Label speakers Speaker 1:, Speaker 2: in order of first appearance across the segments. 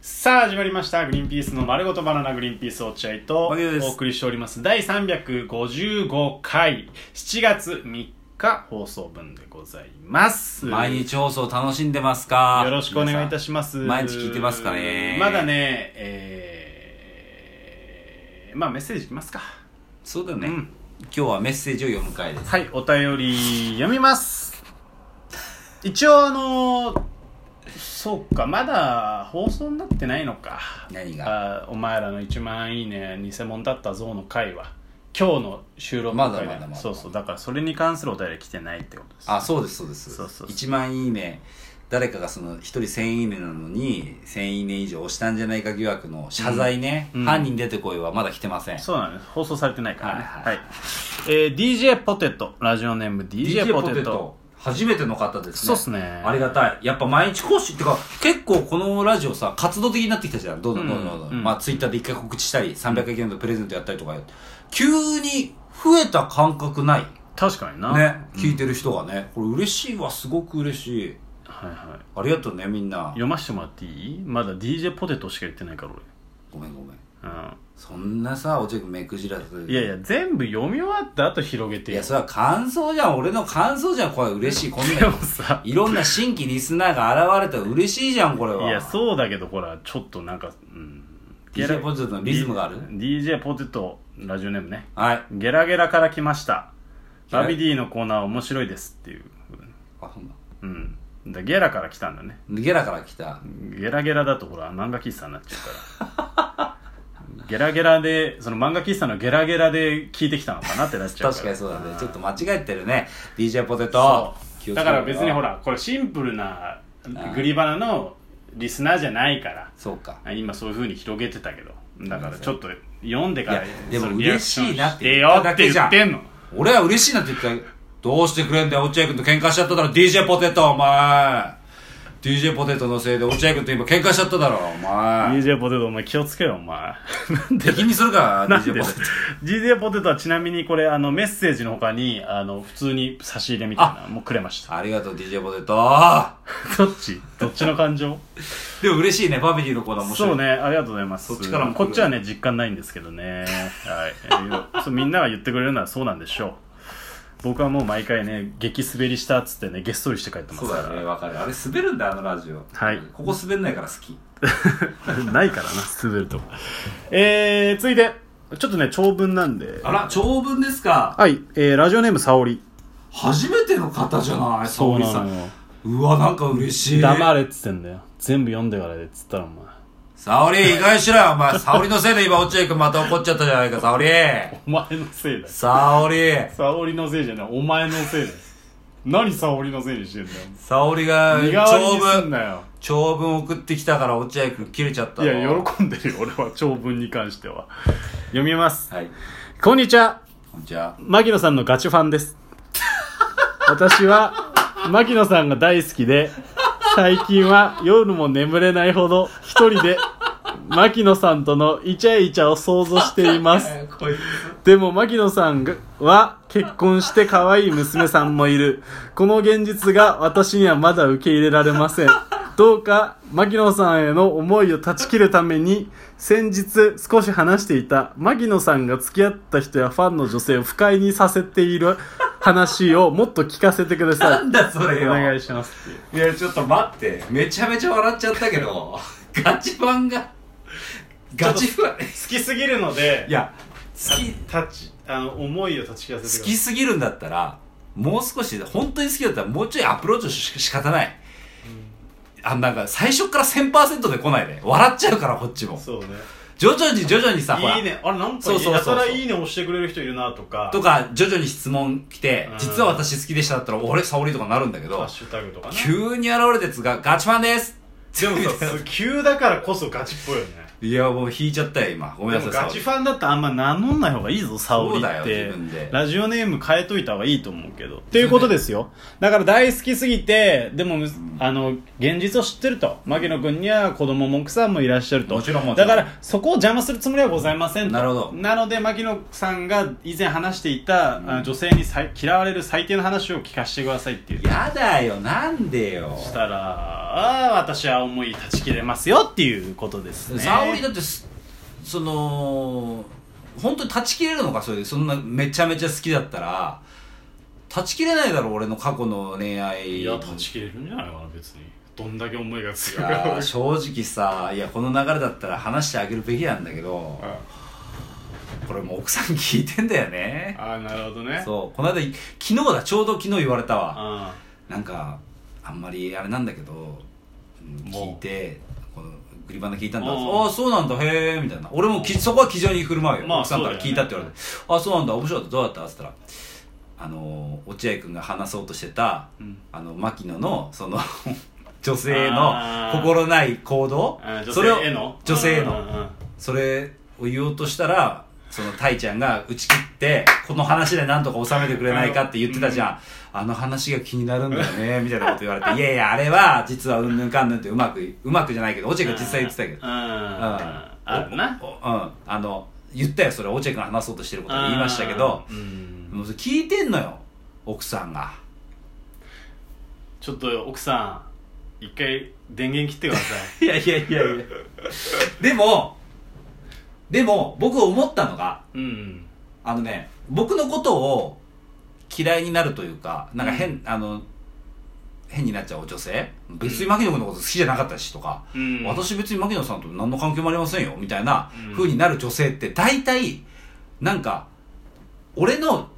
Speaker 1: さあ始まりました「グリーンピースの丸ごとバナナグリーンピース落合」と
Speaker 2: おはようです
Speaker 1: お送りしております第355回7月3日放送分でございます
Speaker 2: 毎日放送楽しんでますか
Speaker 1: よろしくお願いいたします
Speaker 2: 皆さん毎日聞いてますかね
Speaker 1: まだねえー、まあメッセージいきますか
Speaker 2: ますそうだね、
Speaker 1: うん
Speaker 2: 今日はメッセージを読む回です
Speaker 1: はいお便り読みます一応あのそうかまだ放送になってないのか
Speaker 2: 何が
Speaker 1: あーお前らの1万いいね偽物だったぞの回は今日の収録
Speaker 2: ま
Speaker 1: の
Speaker 2: だま
Speaker 1: 回
Speaker 2: だ
Speaker 1: で
Speaker 2: まだまだ
Speaker 1: そうそうだからそれに関するお便り来てないってことです
Speaker 2: あそうですそうです
Speaker 1: そうそうそう
Speaker 2: 1万いいね誰かがその1人1000いいねなのに1000いいね以上押したんじゃないか疑惑の謝罪ね、
Speaker 1: うん
Speaker 2: 犯人出てこいはまだ来てません
Speaker 1: そうなんです放送されてないからね
Speaker 2: は
Speaker 1: は
Speaker 2: いはい
Speaker 1: い、えー、DJ ポテトラジオネーム DJ ポテト
Speaker 2: 初めての方ですね
Speaker 1: そうっすね
Speaker 2: ありがたいやっぱ毎日更新ってか結構このラジオさ活動的になってきたじゃんどんどんどんどんどん、
Speaker 1: うん
Speaker 2: まあツイッターで一回告知したり300円のプレゼントやったりとかよ急に増えた感覚ない
Speaker 1: 確かにな
Speaker 2: ね、聞いてる人がねこれ嬉しいわすごく嬉しい
Speaker 1: はいはい
Speaker 2: ありがとうねみんな
Speaker 1: 読ませてもらっていいまだ DJ ポテトしか言ってないから
Speaker 2: ごめんごめん
Speaker 1: 俺、
Speaker 2: そんなさおちょく目くじらず
Speaker 1: うん、いやいや全部読み終わった後広げて
Speaker 2: い
Speaker 1: よ
Speaker 2: やそれは感想じゃん俺の感想じゃんこれ嬉しいこん
Speaker 1: で
Speaker 2: な
Speaker 1: もさ
Speaker 2: いろんな新規リスナーが現れたら嬉しいじゃんこれはい
Speaker 1: やそうだけどほらちょっとなんかうん
Speaker 2: DJ ポテトのリズムがある
Speaker 1: DJ ポテトラジオネームね
Speaker 2: はい
Speaker 1: ゲラゲラから来ました
Speaker 2: ゲラ
Speaker 1: バビディのコーナー面白いですっていう
Speaker 2: あほんま
Speaker 1: うんだゲラから来たんだね
Speaker 2: ゲラから来た
Speaker 1: ゲラゲラだとほら漫画喫茶になっちゃう からゲラゲラでその漫画喫茶のゲラゲラで聞いてきたのかなってなっちゃうから
Speaker 2: 確かにそうだねちょっと間違えてるね DJ ポテ
Speaker 1: そ
Speaker 2: ト
Speaker 1: うだから別にほ
Speaker 2: ら
Speaker 1: らこれシンプルなグリバナのリスナーじゃないから
Speaker 2: そうか
Speaker 1: あ今そういうふうに広げてたけどだからちょっと読んでから
Speaker 2: いやでも
Speaker 1: そのリアクション
Speaker 2: 嬉しいなって
Speaker 1: して
Speaker 2: 言
Speaker 1: よ
Speaker 2: った
Speaker 1: っ
Speaker 2: だ
Speaker 1: て
Speaker 2: けじ
Speaker 1: 言
Speaker 2: ゃん
Speaker 1: ってんの
Speaker 2: 俺は嬉しいなって言ったらどうしてくれんだよ落合君と喧嘩しちゃっただろ DJ ポテトお前 DJ ポテトのせいで落合君と今喧嘩しちゃっただろお前
Speaker 1: DJ ポテトお前気をつけよお前なんで
Speaker 2: 敵にするか
Speaker 1: なんで
Speaker 2: DJ ポテト
Speaker 1: DJ ポテトはちなみにこれあのメッセージのほかにあの普通に差し入れみたいなのもくれました
Speaker 2: ありがとう DJ ポテト
Speaker 1: どっちどっちの感情
Speaker 2: でも嬉しいねバビリーのコーナー面白い
Speaker 1: そうねありがとうございます
Speaker 2: そっちからも来る
Speaker 1: こっちはね実感ないんですけどねはいえーそうみんなが言ってくれるのはそうなんでしょう僕はもう毎回ね激滑りしたっつってねげっそりして帰ってま
Speaker 2: そ
Speaker 1: す
Speaker 2: う
Speaker 1: か
Speaker 2: だよねわかるあれ滑るんだよあのラジオ
Speaker 1: はい
Speaker 2: ここ滑んないから好き
Speaker 1: ないからな滑るとえー、続いてちょっとね長文なんで
Speaker 2: あら長文ですか
Speaker 1: はい、えー、ラジオネーム沙織
Speaker 2: 初めての方じゃない沙織さん
Speaker 1: よ
Speaker 2: うわなんか嬉しい
Speaker 1: 黙れっつってんだよ全部読んでからでっつったらお前
Speaker 2: 沙織意外しろよお前沙織のせいで今落合君また怒っちゃったじゃないか沙織
Speaker 1: お前のせいだよ
Speaker 2: 沙織
Speaker 1: 沙織のせいじゃないお前のせいだよ何沙織のせいにしてんだよ
Speaker 2: 沙織が
Speaker 1: 身代わり
Speaker 2: 長
Speaker 1: にすん
Speaker 2: 文
Speaker 1: なよ
Speaker 2: 長文送ってきたから落合君切れちゃった
Speaker 1: い
Speaker 2: の
Speaker 1: や喜んでるよ俺は長文に関しては読みます
Speaker 2: はい
Speaker 1: こんにちは
Speaker 2: こんにちは
Speaker 1: 牧野さんのガチファンです私は牧野さんが大好きで最近は夜も眠れないほど一人で牧野さんとのイチャイチャを想像しています
Speaker 2: えーこいつ
Speaker 1: でも牧野さんがは結婚して可愛い娘さんもいるこの現実が私にはまだ受け入れられませんどうか牧野さんへの思いを断ち切るために先日少し話していた牧野さんが付き合った人やファンの女性を不快にさせている話をもっと聞かせてくださ
Speaker 2: ないんだそれ
Speaker 1: お
Speaker 2: よ
Speaker 1: 願いしますっていう
Speaker 2: いやちょっと待ってめちゃめちゃ笑っちゃったけどガチファンがガチファン
Speaker 1: 好きすぎるので
Speaker 2: いや好き
Speaker 1: タッチあの思いを断ち切ら
Speaker 2: 好きすぎるんだったらもう少し本当に好きだったらもうちょいアプローチし仕方ない、あなんか最初から1000%で来ないで笑っちゃうからこっちも
Speaker 1: そうね
Speaker 2: 徐々に徐々にさほら
Speaker 1: いいねあれなんか
Speaker 2: そうそうそうそう
Speaker 1: やたらいいね押してくれる人いるなとか
Speaker 2: とか徐々に質問来て
Speaker 1: うん
Speaker 2: 実は私好きでしただったら俺沙織とかなるんだけ
Speaker 1: ハ
Speaker 2: ど
Speaker 1: ッシュタグとかね
Speaker 2: 急に現れたやつがガチファンです
Speaker 1: でもさ急だからこそガチっぽいよね
Speaker 2: いやもう引いちゃったよ今ごめん
Speaker 1: で
Speaker 2: なさ
Speaker 1: もガ
Speaker 2: い沙
Speaker 1: チ
Speaker 2: 織
Speaker 1: ファンだったらあんま名乗んない方がいいぞ沙織
Speaker 2: そうだ
Speaker 1: っ
Speaker 2: よ
Speaker 1: て
Speaker 2: 自分で
Speaker 1: ラジオネーム変えといた方がいいと思うけどっていうことですよだから大好きすぎてでもむあの現実を知ってると牧野君には子供も奥さんもいらっしゃると
Speaker 2: もちろんもちろ
Speaker 1: だ
Speaker 2: ん
Speaker 1: からそこを邪魔するつもりはございませんと
Speaker 2: なるほど
Speaker 1: なので牧野さんが以前話していた、あの女性にさい嫌われる最低の話を聞かせてくださいっていう
Speaker 2: やだよなんでよ
Speaker 1: したら
Speaker 3: は私は思い断ち切れますよっていうことですね
Speaker 2: 沙織だってすその本当に断ち切れるのかそれでそんなめちゃめちゃ好きだったら断ち切れないだろ俺の過去の恋愛
Speaker 1: いや断ち切れるんじゃないかな別にどんだけ思いが強い
Speaker 2: い
Speaker 1: か
Speaker 2: やー正直さいやこの流れだったら話してあげるべきなんだけどこれもう奥さん聞いてんだよね
Speaker 1: ああなるほどね
Speaker 2: そうこの間昨日だちょうど昨日言われたわ
Speaker 1: あ
Speaker 2: なんかあんまりあれなんだけどうん
Speaker 1: もう
Speaker 2: 聞いてこのグリバナ聞いたん
Speaker 1: う
Speaker 2: だあ
Speaker 1: ん
Speaker 2: あそうなんだへえみたいな俺もきそこは気丈に振る舞うよ、
Speaker 1: まあ
Speaker 2: 奥さんか
Speaker 1: そう
Speaker 2: ら
Speaker 1: だよね
Speaker 2: 聞いたって言われて、ああそうなんだ面白かったどうだったっつったらあのー落合君が話そうとしてた、
Speaker 1: うん
Speaker 2: あの牧野のその 女性の
Speaker 1: あー
Speaker 2: 心ない行動
Speaker 1: あ女
Speaker 2: それを
Speaker 1: 性への
Speaker 2: 女性への
Speaker 1: うんうんうん
Speaker 2: それを言おうとしたらそのタイちゃんが打ち切ってこの話でなんとか収めてくれないかって言ってたじゃん、あの話が気になるんだよねみたいなこと言われていやいやあれは実はうんぬんかんぬんってうまくうまくじゃないけど落合君実際言ってたけど
Speaker 1: うんあるな
Speaker 2: おうんあの言ったよそれ落合君が話そうとしてることを言いましたけど
Speaker 1: うん
Speaker 2: もうそれ聞いてんのよ奥さんが
Speaker 1: ちょっと奥さん一回電源切ってください
Speaker 2: いやいやいやいやでもでも僕思ったのが
Speaker 1: うん
Speaker 2: あのね、僕のことを嫌いになるというか、なんか変、あの、変になっちゃう女性別に牧野君のこと好きじゃなかったしとか、
Speaker 1: うん
Speaker 2: 私別に牧野さんと何の関係もありませんよ、みたいな
Speaker 1: うん
Speaker 2: 風になる女性って大体、なんか、俺の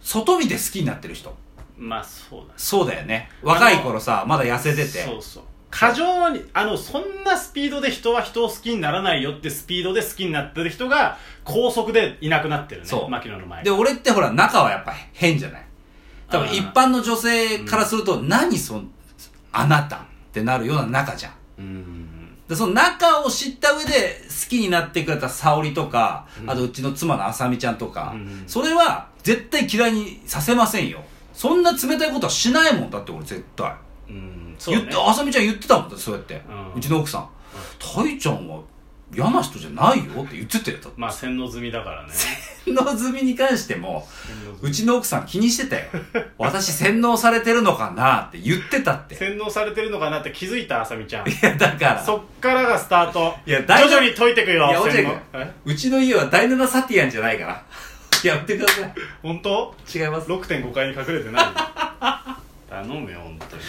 Speaker 2: 外見で好きになってる人。
Speaker 1: まあそうだ
Speaker 2: そうだよね。若い頃さ、まだ痩せてて。
Speaker 1: そうそう過剰にあのそんなスピードで人は人を好きにならないよってスピードで好きになってる人が高速でいなくなってるね
Speaker 2: そう
Speaker 1: 牧野の前
Speaker 2: で、俺ってほら、中はやっぱ変じゃない多分
Speaker 1: あー
Speaker 2: 一般の女性からすると、何そん、あなたってなるような中じゃん。
Speaker 1: うん
Speaker 2: で、その中を知った上で好きになってくれた沙織とか、あとうちの妻のあさみちゃんとか、
Speaker 1: うん
Speaker 2: それは絶対嫌いにさせませんよ。そんな冷たいことはしないもんだって俺絶対。
Speaker 1: うんそう
Speaker 2: 言
Speaker 1: だ
Speaker 2: っ
Speaker 1: ね
Speaker 2: て、あさみちゃん言ってたもんだってそうやって。
Speaker 1: うん
Speaker 2: うちの奥さん。たいちゃんは嫌な人じゃないよって言ってたよ。だって
Speaker 1: まあ洗脳済みだからね
Speaker 2: 洗脳済みに関しても、
Speaker 1: 洗脳済
Speaker 2: う
Speaker 1: み
Speaker 2: ちの奥さん気 にしてたよ。私洗脳されてるのかなって言ってたって。
Speaker 1: 洗脳されてるのかなって気づいたあさみちゃん
Speaker 2: いや、だから。
Speaker 1: そっからがスタート
Speaker 2: いや大
Speaker 1: 徐
Speaker 2: 丈夫
Speaker 1: 々に解いてくよ
Speaker 2: いや、落合
Speaker 1: 洗
Speaker 2: 君
Speaker 1: 脳え、
Speaker 2: うちの家は第7サティアンじゃないから。 やってくださ
Speaker 1: 本当
Speaker 2: い。違います。
Speaker 1: 6.5階に隠れて ない頼むよ本当に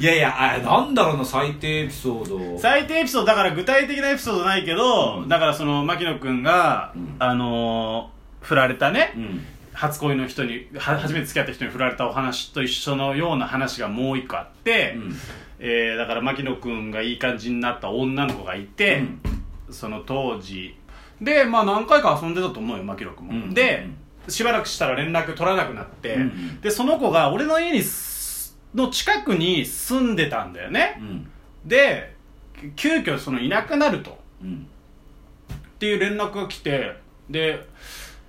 Speaker 2: いやいや、あなんだろうな、最低エピソード。
Speaker 1: 最低エピソードだから具体的なエピソードないけど、
Speaker 2: うん
Speaker 1: だからその牧野君が、
Speaker 2: うん
Speaker 1: あのー振られたね、
Speaker 2: うん。
Speaker 1: 初恋の人には初めて付き合った人に振られたお話と一緒のような話がもう一個あって、
Speaker 2: うん
Speaker 1: えーだから牧野君がいい感じになった女の子がいて、その当時でまあ何回か遊んでたと思うよ牧野君も、
Speaker 2: うん
Speaker 1: でしばらくしたら連絡取らなくなって、
Speaker 2: うん
Speaker 1: でその子が俺の家にすの近くに住んでたんだよね、
Speaker 2: うん。
Speaker 1: で急遽そのいなくなると
Speaker 2: うん。
Speaker 1: っていう連絡が来てで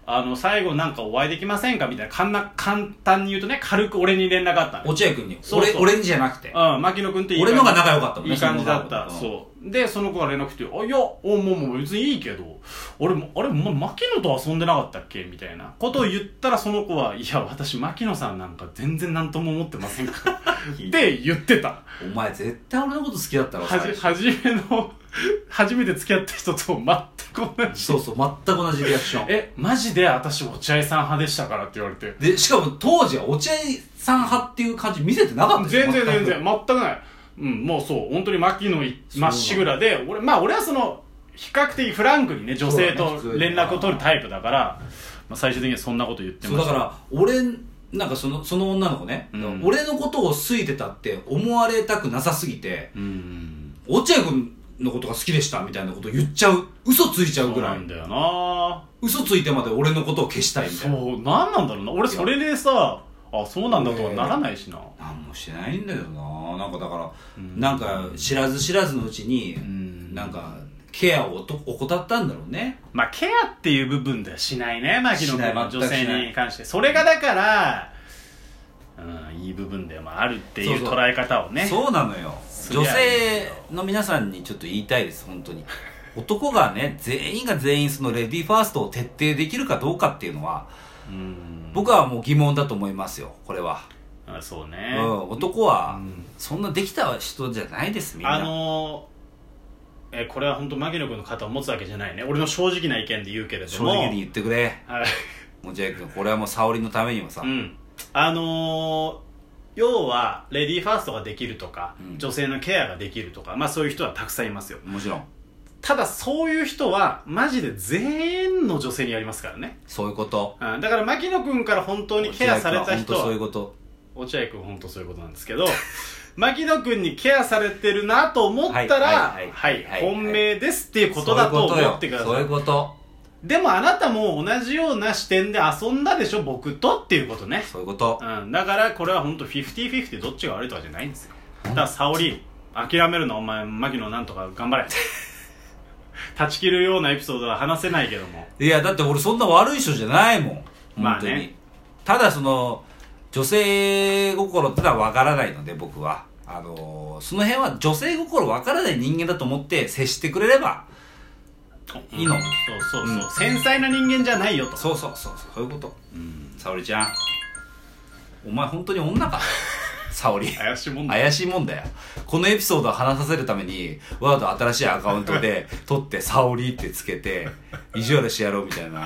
Speaker 1: あの最後なんかお会いできませんかみたいなかんな簡単に言うとね軽く俺に連絡あったのよ
Speaker 2: 落合君に、
Speaker 1: そうそう
Speaker 2: 俺、俺にじゃなくて。
Speaker 1: うん牧野君っていい
Speaker 2: 俺の方が仲良かったもんね
Speaker 1: いい感じだった
Speaker 2: そ
Speaker 1: そうでその子が連絡来て「あいやおもうもう別にいいけど俺もあれ、ま、牧野と遊んでなかったっけ?」みたいなことを言ったらその子は「いや私牧野さんなんか全然何とも思ってません から」って言ってた
Speaker 2: お前絶対俺のこと好きだったろ、
Speaker 1: はじ、
Speaker 2: 最初
Speaker 1: 初めの、 初めて付き合った人と全く同じ。
Speaker 2: そうそう、全く同じリアクション。
Speaker 1: え、マジで私落合さん派でしたからって言われて。
Speaker 2: で、しかも当時は落合さん派っていう感じ見せてなかったでしょ
Speaker 1: 全然全。
Speaker 2: く
Speaker 1: 然、全くない。うん、もうそう、本当に牧野いまっしぐらで、俺、まあ俺はその、比較的フランクにね、女性
Speaker 2: そう
Speaker 1: と
Speaker 2: だね普通に
Speaker 1: 連絡を取るタイプだから、まあ最終的にはそんなこと言って
Speaker 2: そう
Speaker 1: ま
Speaker 2: だ
Speaker 1: した。
Speaker 2: から俺なんかそのその女の子ね、
Speaker 1: うん
Speaker 2: 俺のことを好いてたって思われたくなさすぎて
Speaker 1: うん。
Speaker 2: 落合君のことが好きでしたみたいなこと言っちゃう嘘ついちゃう
Speaker 1: そう
Speaker 2: ぐ
Speaker 1: な
Speaker 2: らい
Speaker 1: んだよな
Speaker 2: 嘘ついてまで俺のことを消したいみた
Speaker 1: そ
Speaker 2: い
Speaker 1: う、
Speaker 2: な
Speaker 1: なんなんだろうな。俺それでさ、あ、そうなんだとはならないしな。
Speaker 2: 何もしてないんだけどななんかだから、
Speaker 1: うん
Speaker 2: なんか知らず知らずのうちに、
Speaker 1: ん
Speaker 2: なんかケアをおと怠ったんだろうね
Speaker 1: まあ、ケアっていう部分ではしないね、牧野
Speaker 2: しない
Speaker 1: 君の
Speaker 2: 全
Speaker 1: 女
Speaker 2: くしない
Speaker 1: 性に関して。それがだから、うん、いい部分でもあるってい
Speaker 2: そううそう
Speaker 1: 捉え方をね。
Speaker 2: そうなのよ
Speaker 1: そ
Speaker 2: 女
Speaker 1: りゃ
Speaker 2: 性の皆さんにちょっと言いたいです本当に男がね全員が全員そのレディーファーストを徹底できるかどうかっていうのは
Speaker 1: うん
Speaker 2: 僕はもう疑問だと思いますよこれは
Speaker 1: うんあそうね、
Speaker 2: うん、男は
Speaker 1: うん
Speaker 2: そんなできた人じゃないですみんな
Speaker 1: あのーえこれは本当牧野君の肩を持つわけじゃないね俺の正直な意見で言うけれど
Speaker 2: 正
Speaker 1: も
Speaker 2: 直に言ってくれ
Speaker 1: はい、
Speaker 2: 落合君これはもう沙織のためにもさ、
Speaker 1: うんあのー要はレディーファーストができるとか、
Speaker 2: うん
Speaker 1: 女性のケアができるとかまあそういう人はたくさんいますよ
Speaker 2: もちろん
Speaker 1: ただそういう人はマジで全員の女性にやりますからね、
Speaker 2: そういうこと
Speaker 1: うん、だから牧野君から本当にケアされた人
Speaker 2: 落合君は本当そうい
Speaker 1: は
Speaker 2: うこと
Speaker 1: 落合君本当そういうことなんですけど 牧野君にケアされてるなと思ったら
Speaker 2: は
Speaker 1: はいい
Speaker 2: はいはい
Speaker 1: 本命ですっていうことだと思ってくだ
Speaker 2: そう
Speaker 1: さ
Speaker 2: い
Speaker 1: いう
Speaker 2: こと
Speaker 1: でもあなたも同じような視点で遊んだでしょ僕とっていうことね
Speaker 2: そういうこと
Speaker 1: うん、だからこれは本当フィフティフィフティどっちが悪いとかじゃないんですよだから沙織諦めるなお前牧野なんとか頑張れ 断ち切るようなエピソードは話せないけども
Speaker 2: いやだって俺そんな悪い人じゃないもん本当に、
Speaker 1: まあね
Speaker 2: ただその女性心ってのは分からないので僕はあのーその辺は女性心分からない人間だと思って接してくれればいいの
Speaker 1: そうそうそう、
Speaker 2: うん
Speaker 1: 繊細な人間じゃないよと
Speaker 2: そうそうそうそうそういうこと沙織ちゃんお前本当に女か沙織
Speaker 1: 怪しいもんだ
Speaker 2: 怪しいもんだよこのエピソードを話させるためにわざと新しいアカウン トで撮って「沙織」ってつけて意地悪してやろうみたいな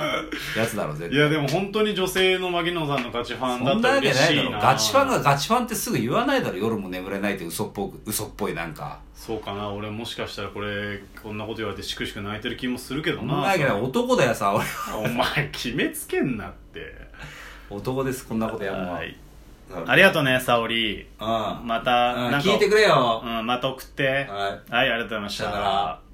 Speaker 2: やつだろ絶
Speaker 1: い
Speaker 2: 対
Speaker 1: やでも本当に女性の牧野さんのガチファン
Speaker 2: そ
Speaker 1: だ
Speaker 2: ん
Speaker 1: っ
Speaker 2: な
Speaker 1: たら
Speaker 2: わけ
Speaker 1: 嬉
Speaker 2: ないだ
Speaker 1: しい
Speaker 2: ろ
Speaker 1: な
Speaker 2: ガチファンがガチファンってすぐ言わないだろ夜も眠れないって嘘っぽく嘘っぽいなんか
Speaker 1: そうかな俺もしかしたらこれこんなこと言われてしくしく泣いてる気もするけど
Speaker 2: そんなわ
Speaker 1: な
Speaker 2: けない男だよさ俺
Speaker 1: お前決めつけんなって
Speaker 2: 男ですこんなことやるのは
Speaker 1: はいありがとうね沙織
Speaker 2: うん
Speaker 1: また
Speaker 2: うん
Speaker 1: なんか
Speaker 2: 聞いてくれよ
Speaker 1: うん、また送って。
Speaker 2: はい
Speaker 1: はい、ありがとうございました。
Speaker 2: さよなら